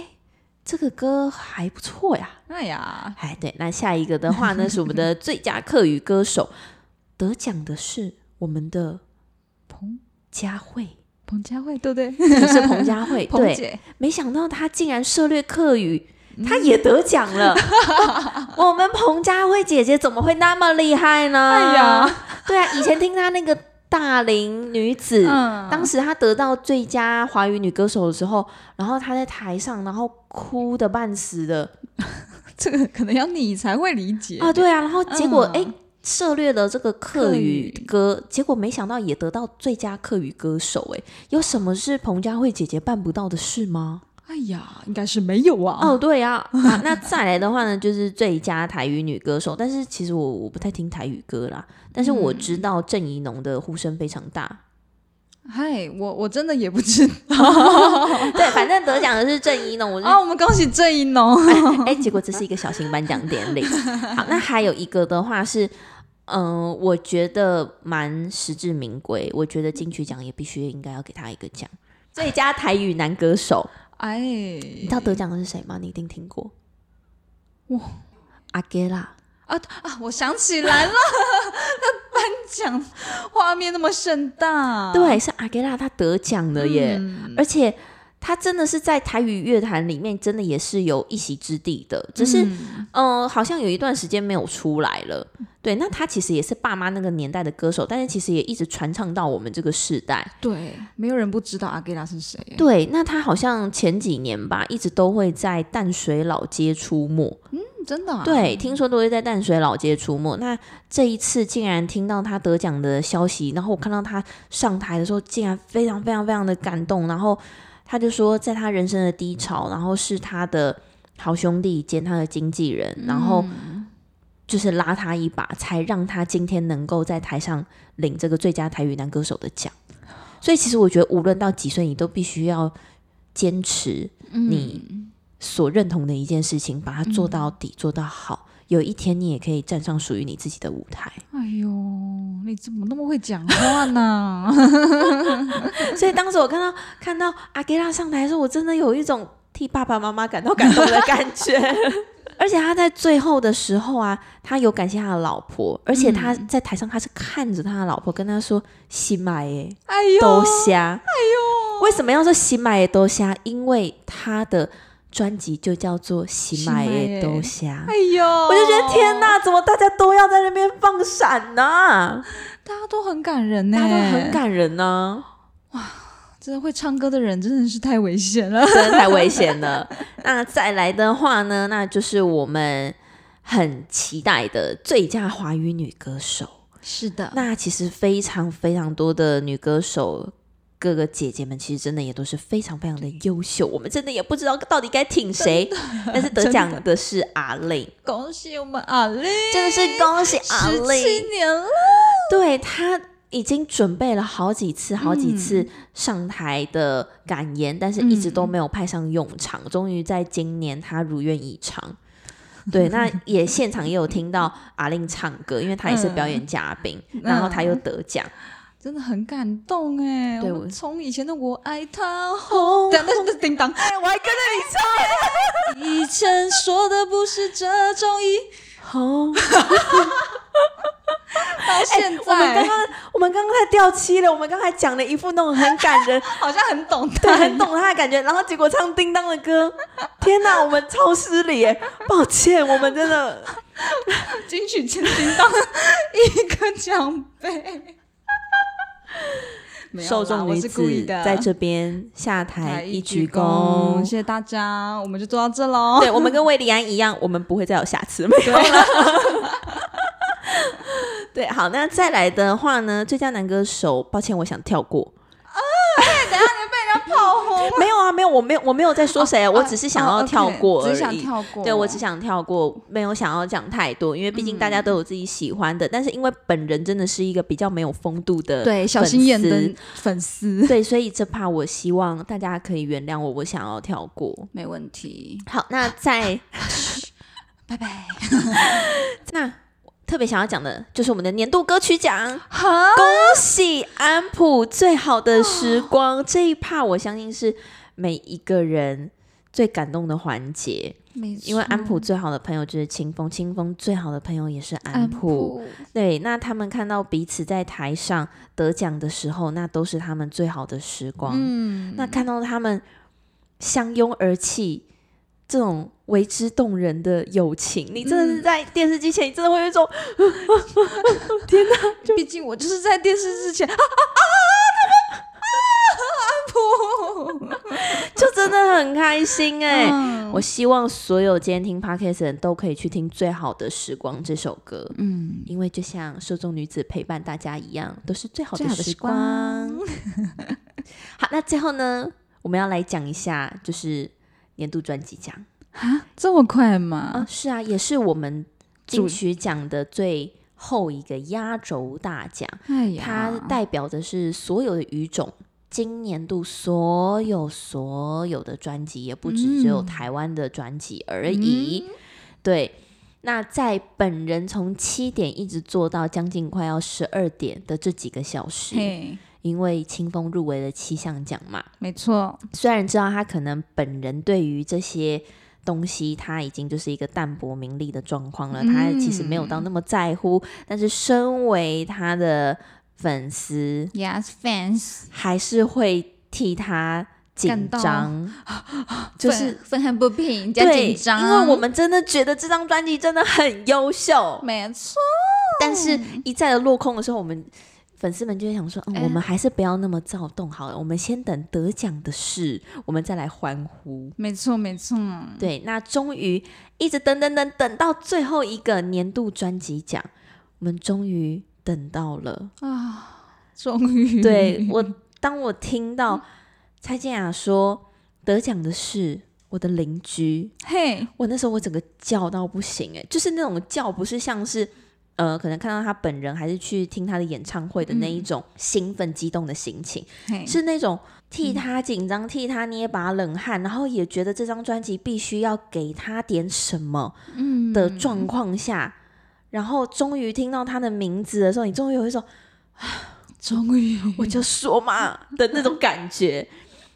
[SPEAKER 1] 这个歌还不错呀。
[SPEAKER 2] 哎呀，
[SPEAKER 1] 哎，对，那下一个的话呢，是我们的最佳客语歌手， 得奖的是我们的
[SPEAKER 2] 彭
[SPEAKER 1] 佳慧，
[SPEAKER 2] 彭佳慧对不对？
[SPEAKER 1] 是彭佳慧，
[SPEAKER 2] 彭
[SPEAKER 1] 对，
[SPEAKER 2] 姐，嗯
[SPEAKER 1] 没想到她竟然涉猎客语。她也得奖 了、哦我们彭佳慧姐姐怎么会那么厉害呢？
[SPEAKER 2] 哎呀，
[SPEAKER 1] 对啊，以前听她那个大龄女子，
[SPEAKER 2] 嗯
[SPEAKER 1] 当时她得到最佳华语女歌手的时候，然后她在台上，然后哭的半死的
[SPEAKER 2] 这个可能要你才会理解
[SPEAKER 1] 啊，对啊，然后结果
[SPEAKER 2] 嗯
[SPEAKER 1] 哎、涉猎了这个客
[SPEAKER 2] 客
[SPEAKER 1] 语
[SPEAKER 2] 语
[SPEAKER 1] 歌，结果没想到也得到最佳客语歌手、哎，有什么是彭佳慧姐姐办不到的事吗？
[SPEAKER 2] 哎呀，应该是没有啊。
[SPEAKER 1] 哦，对啊啊那再来的话呢，就是最佳台语女歌手，但是其实我我不太听台语歌啦，但是
[SPEAKER 2] 嗯
[SPEAKER 1] 我知道郑怡农的呼声非常大，
[SPEAKER 2] 嗨，我我真的也不知道。
[SPEAKER 1] 对，反正得奖的是郑怡农，我是
[SPEAKER 2] 啊，我们恭喜郑一农。
[SPEAKER 1] 哎、结果这是一个小型颁奖典礼。好，那还有一个的话是，嗯、我觉得蛮实至名归，我觉得金曲奖也必须应该要给他一个奖，最佳台语男歌手。
[SPEAKER 2] 哎，
[SPEAKER 1] 你知道得奖的是谁吗？你一定听过。
[SPEAKER 2] 哇，
[SPEAKER 1] 阿给啦，
[SPEAKER 2] 啊啊，我想起来了， 那颁奖画面那么盛大。
[SPEAKER 1] 对，是阿给啦，他得奖了耶，
[SPEAKER 2] 啊嗯
[SPEAKER 1] 而且。他真的是在台语乐坛里面，真的也是有一席之地的，只是
[SPEAKER 2] 嗯
[SPEAKER 1] 嗯，好像有一段时间没有出来了。对，那他其实也是爸妈那个年代的歌手，但是其实也一直传唱到我们这个时代。
[SPEAKER 2] 对，没有人不知道阿盖拉是谁。
[SPEAKER 1] 对，那他好像前几年吧，一直都会在淡水老街出没。
[SPEAKER 2] 嗯真的啊。
[SPEAKER 1] 对，听说都会在淡水老街出没。那这一次竟然听到他得奖的消息，然后我看到他上台的时候，竟然非常非常非常的感动。然后他就说，在他人生的低潮，然后是他的好兄弟兼他的经纪人，然
[SPEAKER 2] 嗯
[SPEAKER 1] 后就是拉他一把，才让他今天能够在台上领这个最佳台语男歌手的奖。所以其实我觉得，无论到几岁，你都必须要坚持
[SPEAKER 2] 嗯
[SPEAKER 1] 你所认同的一件事情，把它做到底，做到好。有一天，你也可以站上属于你自己的舞台。
[SPEAKER 2] 哎呦，你怎么那么会讲话呢？
[SPEAKER 1] 所以当时我看到看到阿盖拉上台的时候，我真的有一种替爸爸妈妈感到感动的感觉。而且他在最后的时候啊，他有感谢他的老婆，而且他在台上他是看着他的老婆跟他说“新买耶
[SPEAKER 2] 哎
[SPEAKER 1] 多
[SPEAKER 2] 呦，
[SPEAKER 1] 虾”，哎呦，为什么要说“新买耶多虾”？因为他的专辑就叫做“新买耶多虾”。
[SPEAKER 2] 哎呦，
[SPEAKER 1] 我
[SPEAKER 2] 我
[SPEAKER 1] 就觉得天，哪，怎么大家都要在那边放闪呢、
[SPEAKER 2] 大家都很感人呢，
[SPEAKER 1] 大家都很，感人呢、
[SPEAKER 2] 真的会唱歌的人真的是太危险了。
[SPEAKER 1] 真的太危险了。那再来的话呢，那就是我们很期待的最佳华语女歌手。
[SPEAKER 2] 是的
[SPEAKER 1] 那其实非常非常多的女歌手。各个姐姐们其实真的也都是非常非常的优秀，我们真的也不知道到底该挺谁，但是得奖的是阿令，
[SPEAKER 2] 恭喜我们阿丽，
[SPEAKER 1] 真的是恭喜阿
[SPEAKER 2] 十
[SPEAKER 1] 令，
[SPEAKER 2] 七年了，
[SPEAKER 1] 对他已经准备了好几次、好几
[SPEAKER 2] 嗯
[SPEAKER 1] 次上台的感言，但是一直
[SPEAKER 2] 嗯
[SPEAKER 1] 都没有派上用场。终于在今年，他如愿以偿。对，那也现场也有听到阿令唱歌，因为他也是表演嘉宾，
[SPEAKER 2] 嗯
[SPEAKER 1] 然后他又得奖。
[SPEAKER 2] 真的很感动哎。
[SPEAKER 1] 对
[SPEAKER 2] 我
[SPEAKER 1] 我
[SPEAKER 2] 们从以前的我爱他，
[SPEAKER 1] 哦
[SPEAKER 2] 等那是叮当。
[SPEAKER 1] 我还跟着
[SPEAKER 2] 以前说的不是这种意，
[SPEAKER 1] 你唱。哦，
[SPEAKER 2] 到现
[SPEAKER 1] 我们刚
[SPEAKER 2] 在
[SPEAKER 1] 刚我们刚刚才掉漆了，我们刚才讲了一副那种很感 人、
[SPEAKER 2] 好像很懂
[SPEAKER 1] 对，
[SPEAKER 2] 他。
[SPEAKER 1] 很懂他的感觉，然后结果唱叮当的歌，天哪，我们超失礼耶！抱歉，我们真的
[SPEAKER 2] 金曲前叮当 一个奖杯。 没有啦
[SPEAKER 1] 受众
[SPEAKER 2] 我
[SPEAKER 1] 女
[SPEAKER 2] 是
[SPEAKER 1] 子
[SPEAKER 2] 故意的，
[SPEAKER 1] 在这边下台
[SPEAKER 2] 来
[SPEAKER 1] 一
[SPEAKER 2] 一
[SPEAKER 1] 鞠
[SPEAKER 2] 鞠
[SPEAKER 1] 躬
[SPEAKER 2] 躬，。谢谢大家，我们就做到这喽。
[SPEAKER 1] 对我们跟魏丽安一样，我们不会再有瑕疵，没有了。 对，好，那再来的话呢，最佳男歌手，抱歉，我想跳过。
[SPEAKER 2] 啊炮轰，哦
[SPEAKER 1] 没有啊，没有，我没有，我没有在说谁啊，我只是想要跳过而
[SPEAKER 2] 只
[SPEAKER 1] 已。
[SPEAKER 2] 是想跳过。
[SPEAKER 1] 对，我只想跳过，没有想要讲太多，因为毕竟大
[SPEAKER 2] 嗯
[SPEAKER 1] 家都有自己喜欢的。但是因为本人真的是一个比较没有风度的，
[SPEAKER 2] 对小心眼的粉 丝，
[SPEAKER 1] 对，所以这怕我希望大家可以原谅我，我想要跳过。
[SPEAKER 2] 没问题，
[SPEAKER 1] 好，那在
[SPEAKER 2] 拜拜。
[SPEAKER 1] 那特别想要讲的就是我们的年度歌曲奖，
[SPEAKER 2] 好，
[SPEAKER 1] 恭喜安普《最好的时光》这一趴，我相信是每一个人最感动的环节。因为安普最好的朋友就是清风，清风最好的朋友也是安
[SPEAKER 2] 安
[SPEAKER 1] 普。，对，那他们看到彼此在台上得奖的时候，那都是他们最好的时光。
[SPEAKER 2] 嗯，
[SPEAKER 1] 那看到他们相拥而泣，这种为之动人的友情，你真的是在电视机前，你真的会有一种
[SPEAKER 2] 毕竟我就是在电视之前啊 啊啊啊！怎么啊？
[SPEAKER 1] 就真的很开心哎、
[SPEAKER 2] 安普，
[SPEAKER 1] 我希望所有今天听 podcast 的人都可以去听《最好的时光》这首歌，
[SPEAKER 2] 嗯，
[SPEAKER 1] 因为就像受众女子陪伴大家一样，都是最好
[SPEAKER 2] 最
[SPEAKER 1] 的
[SPEAKER 2] 好的时
[SPEAKER 1] 时光。好，那最后呢，我们要来讲一下，就是年度专辑奖
[SPEAKER 2] 啊，这么快
[SPEAKER 1] 啊，
[SPEAKER 2] 吗？
[SPEAKER 1] 是啊，也是我们金
[SPEAKER 2] 主
[SPEAKER 1] 曲奖的最后一个压轴大奖。
[SPEAKER 2] 哎呀，
[SPEAKER 1] 它代表的是所有的语种，今年度所有所有的专辑，也不止只有
[SPEAKER 2] 嗯
[SPEAKER 1] 台湾的专辑而已。对，那在本人从七点一直做到将近快要十二点的这几个小时，
[SPEAKER 2] 嘿，
[SPEAKER 1] 因为清风入围了七项奖嘛，
[SPEAKER 2] 没错，
[SPEAKER 1] 虽然知道他可能本人对于这些东西他已经就是一个淡泊名利的状况
[SPEAKER 2] 嗯
[SPEAKER 1] 了，他其实没有到那么在乎，但是身为他的粉丝，
[SPEAKER 2] Yes fans，
[SPEAKER 1] 还是会替他紧张， 就是。
[SPEAKER 2] 愤恨不平加
[SPEAKER 1] 对，
[SPEAKER 2] 紧张，
[SPEAKER 1] 因为我们真的觉得这张专辑真的很优秀，
[SPEAKER 2] 没错，
[SPEAKER 1] 但是一再的落空的时候，我们粉丝们就会想说，嗯，
[SPEAKER 2] 嗯哎
[SPEAKER 1] 我们还是不要那么躁动好了，我们先等得奖的事，我们再来欢呼。
[SPEAKER 2] 没错，没错，
[SPEAKER 1] 对，那终于一直等等等等到最后一个年度专辑奖，我们终于等到了。
[SPEAKER 2] 啊终于，
[SPEAKER 1] 对我，当我听到蔡健雅说得奖的是我的邻居，
[SPEAKER 2] 嘿，
[SPEAKER 1] 我那时候我整个叫到不行哎、就是那种叫不是像是。呃，可能看到他本人，还是去听他的演唱会的那一种兴奋激动的心情，
[SPEAKER 2] 嘿，
[SPEAKER 1] 是那种替他紧张、替他捏把冷汗，然后也觉得这张专辑必须要给他点什么，
[SPEAKER 2] 嗯
[SPEAKER 1] 的状况下，然后终于听到他的名字的时候，你终于有一种
[SPEAKER 2] 终于，
[SPEAKER 1] 我就说嘛 的那种感觉。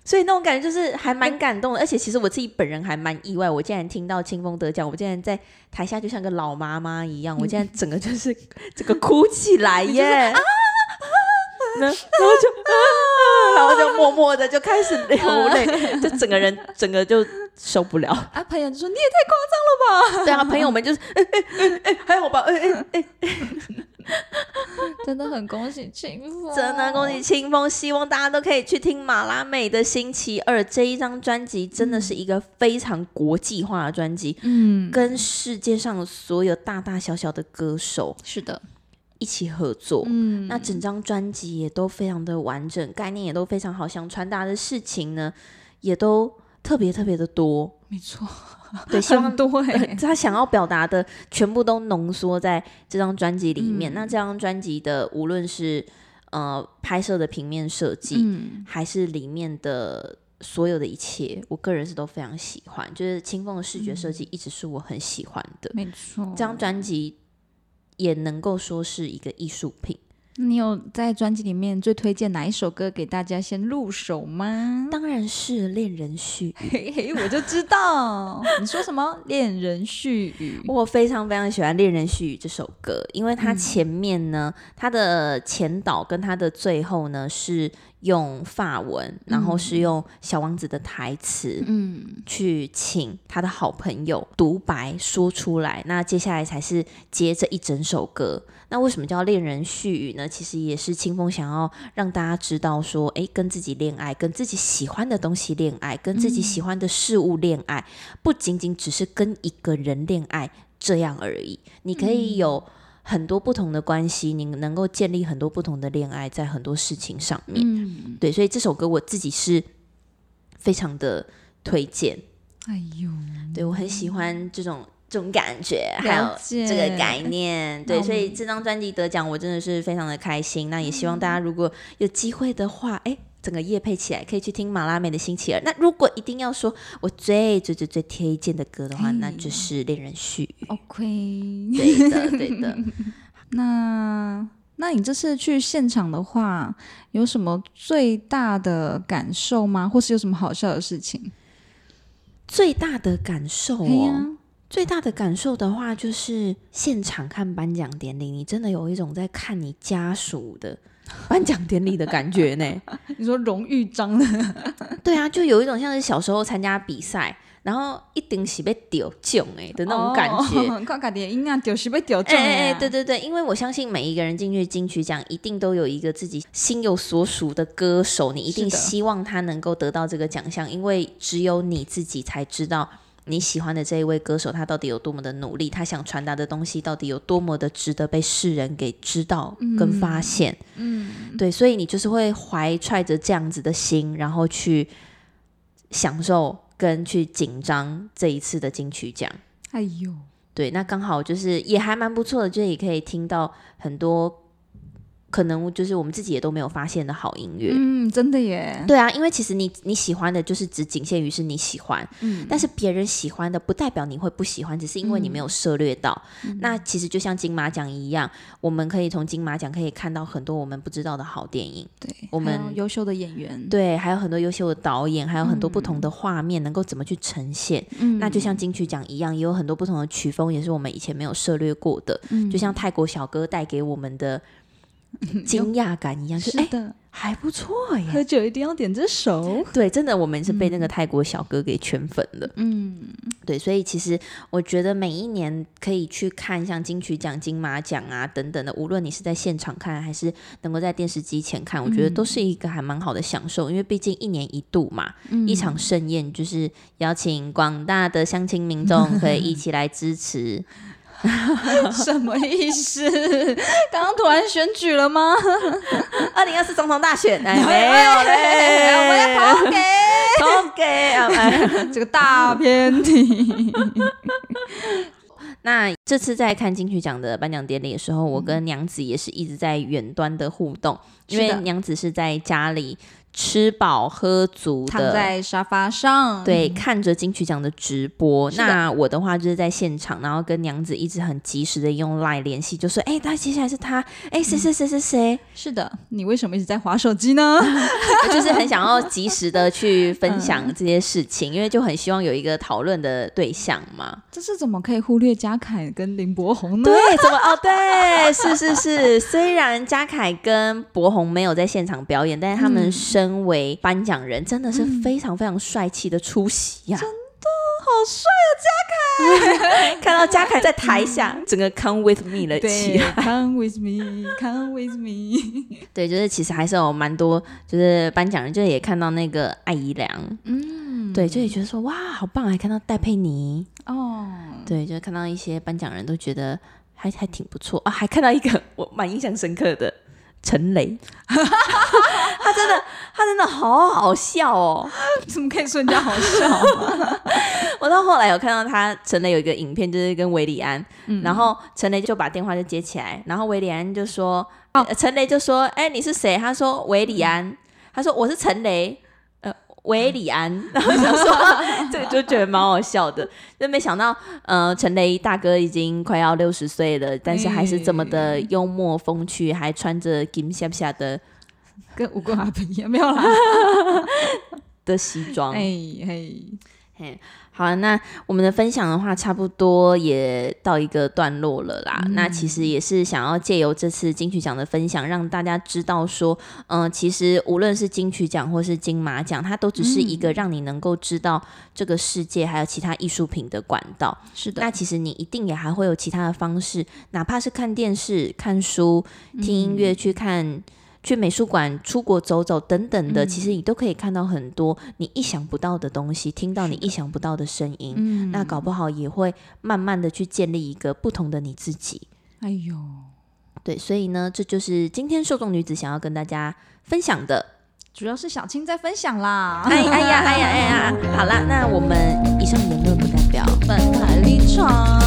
[SPEAKER 1] 所以那种感觉就是还蛮感动的，而且其实我自己本人还蛮意外，我竟然听到清风得奖，我竟然在台下就像个老妈妈一样，我竟然整个就是整个哭起来耶，那然后就啊，嗯然后就默默的就开始流泪，就整个人整个就受不了。
[SPEAKER 2] 啊，朋友就说你
[SPEAKER 1] 对 啊，朋友们就是哎哎哎哎，还好吧，哎哎
[SPEAKER 2] 也真的很恭喜庆福，
[SPEAKER 1] 真的恭喜清风，希望大家都可以去听马拉美的星期二这一张专辑，真的是一个非常国际化的专辑，
[SPEAKER 2] 嗯，
[SPEAKER 1] 跟世界上所有大大小小的歌手
[SPEAKER 2] 是的，
[SPEAKER 1] 一起合作。
[SPEAKER 2] 嗯，
[SPEAKER 1] 那整张专辑也都非常的完整，概念也都非常好，想传达的事情呢，也都特别特别的多。
[SPEAKER 2] 没错，
[SPEAKER 1] 对， 希望
[SPEAKER 2] 很多
[SPEAKER 1] 呃
[SPEAKER 2] 哎，
[SPEAKER 1] 他想要表达的全部都浓缩在这张专辑里
[SPEAKER 2] 嗯
[SPEAKER 1] 面。那这张专辑的无论是呃拍摄的平面设计，
[SPEAKER 2] 嗯，
[SPEAKER 1] 还是里面的所有的一切，我个人是都非常喜欢。就是清风的视觉设计一直是我很喜欢的，
[SPEAKER 2] 没错
[SPEAKER 1] 这，张专辑也能够说是一个艺术品。
[SPEAKER 2] 你有在专辑里面最推荐哪一首歌给大家先入手吗？
[SPEAKER 1] 当然是《恋人絮语
[SPEAKER 2] 嘿嘿，我就知 道你说什么恋人絮语，
[SPEAKER 1] 我非常非常喜欢《恋人絮语》这首歌，因为它前面呢，它的前导跟它的最后呢是用法文，然后是用《小王子》的台词，
[SPEAKER 2] 嗯，
[SPEAKER 1] 去请他的好朋友独白说出来。那接下来才是接这一整首歌。那为什么叫恋人絮语呢？其实也是清风想要让大家知道说，诶，跟自己恋爱，跟自己喜欢的东西恋爱，跟自己喜欢的事物恋爱，不仅仅只是跟一个人恋爱这样而已。你可以有很多不同的关系，你能够建立很多不同的恋爱，在很多事情上面。
[SPEAKER 2] 嗯，
[SPEAKER 1] 对，所以这首歌我自己是非常的推荐。
[SPEAKER 2] 哎呦，
[SPEAKER 1] 对我很喜欢这种这种感觉，还有
[SPEAKER 2] 了解
[SPEAKER 1] 这个概念。
[SPEAKER 2] 那
[SPEAKER 1] 对，
[SPEAKER 2] 我们
[SPEAKER 1] 所以这张专辑得奖，我真的是非常的开心。那也希望大
[SPEAKER 2] 嗯
[SPEAKER 1] 家如果有机会的话，哎、整个夜配起来可以去听马拉美的星期二。那如果一定要说我最最最最推荐的歌的话，
[SPEAKER 2] 哎
[SPEAKER 1] 那就是《恋人絮语
[SPEAKER 2] OK，》。
[SPEAKER 1] 对的，对 的。
[SPEAKER 2] 那那你这次去现场的话，有什么最大的感受吗？或是有什么好笑的事情？
[SPEAKER 1] 最大的感受
[SPEAKER 2] 哎呀、
[SPEAKER 1] 哦，最大的感受的话，就是现场看颁奖典礼，你真的有一种在看你家属的颁奖典礼的感觉呢。
[SPEAKER 2] 你说荣誉章的，
[SPEAKER 1] 对啊，就有一种像是小时候参加比赛，然后一定是被丢囧哎的那种感觉。
[SPEAKER 2] 哦，靠家己的音啊，丢是被丢 中
[SPEAKER 1] 哎
[SPEAKER 2] 的啊
[SPEAKER 1] 哎哎，对对对，因为我相信每一个人进去金曲奖，一定都有一个自己心有所属的歌手，你一定
[SPEAKER 2] 是的
[SPEAKER 1] 希望他能够得到这个奖项，因为只有你自己才知道你喜欢的这一位歌手他到底有多么的努力，他想传达的东西到底有多么的值得被世人给知道跟发现。嗯，对，所以你就是会怀揣着这样子的心，然后去享受跟去紧张这一次的金曲奖。
[SPEAKER 2] 哎呦，
[SPEAKER 1] 对，那刚好就是也还蛮不错的，就是也可以听到很多可能就是我们自己也都没有发现的好音乐。
[SPEAKER 2] 嗯，真的耶，
[SPEAKER 1] 对啊，因为其实你你喜欢的，就是只仅限于是你喜欢，
[SPEAKER 2] 嗯
[SPEAKER 1] 但是别人喜欢的不代表你会不喜欢，只是因为你没有涉猎到。
[SPEAKER 2] 嗯
[SPEAKER 1] 那其实就像金马奖一样，我们可以从金马奖可以看到很多我们不知道的好电影，
[SPEAKER 2] 对，
[SPEAKER 1] 我们
[SPEAKER 2] 还有优秀的演员，，
[SPEAKER 1] 对，还有很多优秀的导演，还有很多不同的画面能够怎么去呈现。
[SPEAKER 2] 嗯
[SPEAKER 1] 那就像金曲奖一样，也有很多不同的曲风，也是我们以前没有涉略过的。就像泰国小哥带给我们的惊讶感一样，就是是哎、
[SPEAKER 2] 的，
[SPEAKER 1] 还不错耶。
[SPEAKER 2] 喝酒一定要点这首，
[SPEAKER 1] 对，真的，我们是被那个泰国小哥给圈粉的。
[SPEAKER 2] 嗯，
[SPEAKER 1] 对，所以其实我觉得每一年可以去看像金曲奖、金马奖啊等等的，无论你是在现场看还是能够在电视机前看，我觉得都是一个还蛮好的享受，因为毕竟一年一度嘛，一场盛宴，就是邀请广大的乡亲民众可以一起来支持。
[SPEAKER 2] 什么意思？刚刚突然选举了吗？
[SPEAKER 1] 二零二四总统大选，哎，没有嘞，我要投给投给啊。哎
[SPEAKER 2] 这个大偏题，
[SPEAKER 1] 那这次在看金曲奖的颁奖典礼的时候，我跟娘子也是一直在远端的互动，因
[SPEAKER 2] 嗯是
[SPEAKER 1] 为
[SPEAKER 2] 的
[SPEAKER 1] 娘子是在家里吃饱喝足
[SPEAKER 2] 躺
[SPEAKER 1] 的。
[SPEAKER 2] 在沙发上，
[SPEAKER 1] 对，看着金曲奖的直播，
[SPEAKER 2] 是的
[SPEAKER 1] 那我的话就是在现场，然后跟娘子一直很及时的用 LINE 联系，就说，哎、他接下来是他，哎、
[SPEAKER 2] 嗯
[SPEAKER 1] 谁谁谁谁谁，
[SPEAKER 2] 是的，你为什么一直在划手机呢？
[SPEAKER 1] 就是很想要及时的去分享
[SPEAKER 2] 嗯
[SPEAKER 1] 这些事情，因为就很希望有一个讨论的对象嘛。
[SPEAKER 2] 这是怎么可以忽略嘉凯跟林柏宏呢？
[SPEAKER 1] 对，怎么哦？对，是是是。虽然嘉凯跟博宏没有在现场表演，但是他们身为颁奖人，真的是非常非常帅气的出席呀、
[SPEAKER 2] 好帅，
[SPEAKER 1] 看到嘉凯在台下，整个 come with me 了起
[SPEAKER 2] 对
[SPEAKER 1] 来。
[SPEAKER 2] ，Come with me，Come with me，
[SPEAKER 1] 对，就是其实还是有蛮多，就是颁奖人，就是也看到那个艾怡良，
[SPEAKER 2] 嗯，
[SPEAKER 1] 对，就也觉得说哇，好棒！还看到戴佩妮，
[SPEAKER 2] 哦，
[SPEAKER 1] 对，就是看到一些颁奖人都觉得还还挺不错啊，还看到一个 我蛮印象深刻的陈雷， 他真的他真的好好笑哦！
[SPEAKER 2] 怎么可以说人家好笑？
[SPEAKER 1] 我到后来有看到他陈雷有一个影片，就是跟韦礼安，然后陈雷就把电话就接起来，然后韦礼安就说，呃陈、雷就说，哎、你是谁？他说韦礼安，他说我是陈雷。呃，韦礼安，然后想说 这个就觉得蛮好笑的，就没想到，呃，陈雷大哥已经快要六十岁了，但是还是这么的幽默风趣，还穿着金下下的
[SPEAKER 2] 跟五哥阿伯一样，没有 啦。
[SPEAKER 1] 的西装。
[SPEAKER 2] 哎嘿，
[SPEAKER 1] 嘿，好啊，那我们的分享的话，差不多也到一个段落了啦。那其实也是想要借由这次金曲奖的分享，让大家知道说，嗯、其实无论是金曲奖或是金马奖，它都只是一个让你能够知道这个世界还有其他艺术品的管道。
[SPEAKER 2] 是
[SPEAKER 1] 那其实你一定也还会有其他的方式，哪怕是看电视、看书、听音乐、去看。去美术馆、出国走走等等的，其实你都可以看到很多你意想不到的东西，听到你意想不到的声音。
[SPEAKER 2] 嗯
[SPEAKER 1] 那搞不好也会慢慢的去建立一个不同的你自己。
[SPEAKER 2] 哎呦，
[SPEAKER 1] 对，所以呢，这就是今天受众女子想要跟大家分享的。
[SPEAKER 2] 主要是小青在分享啦。
[SPEAKER 1] 哎 哎呀哎呀哎呀！好啦，那我们以上言论不代表
[SPEAKER 2] 本台立场。啊哦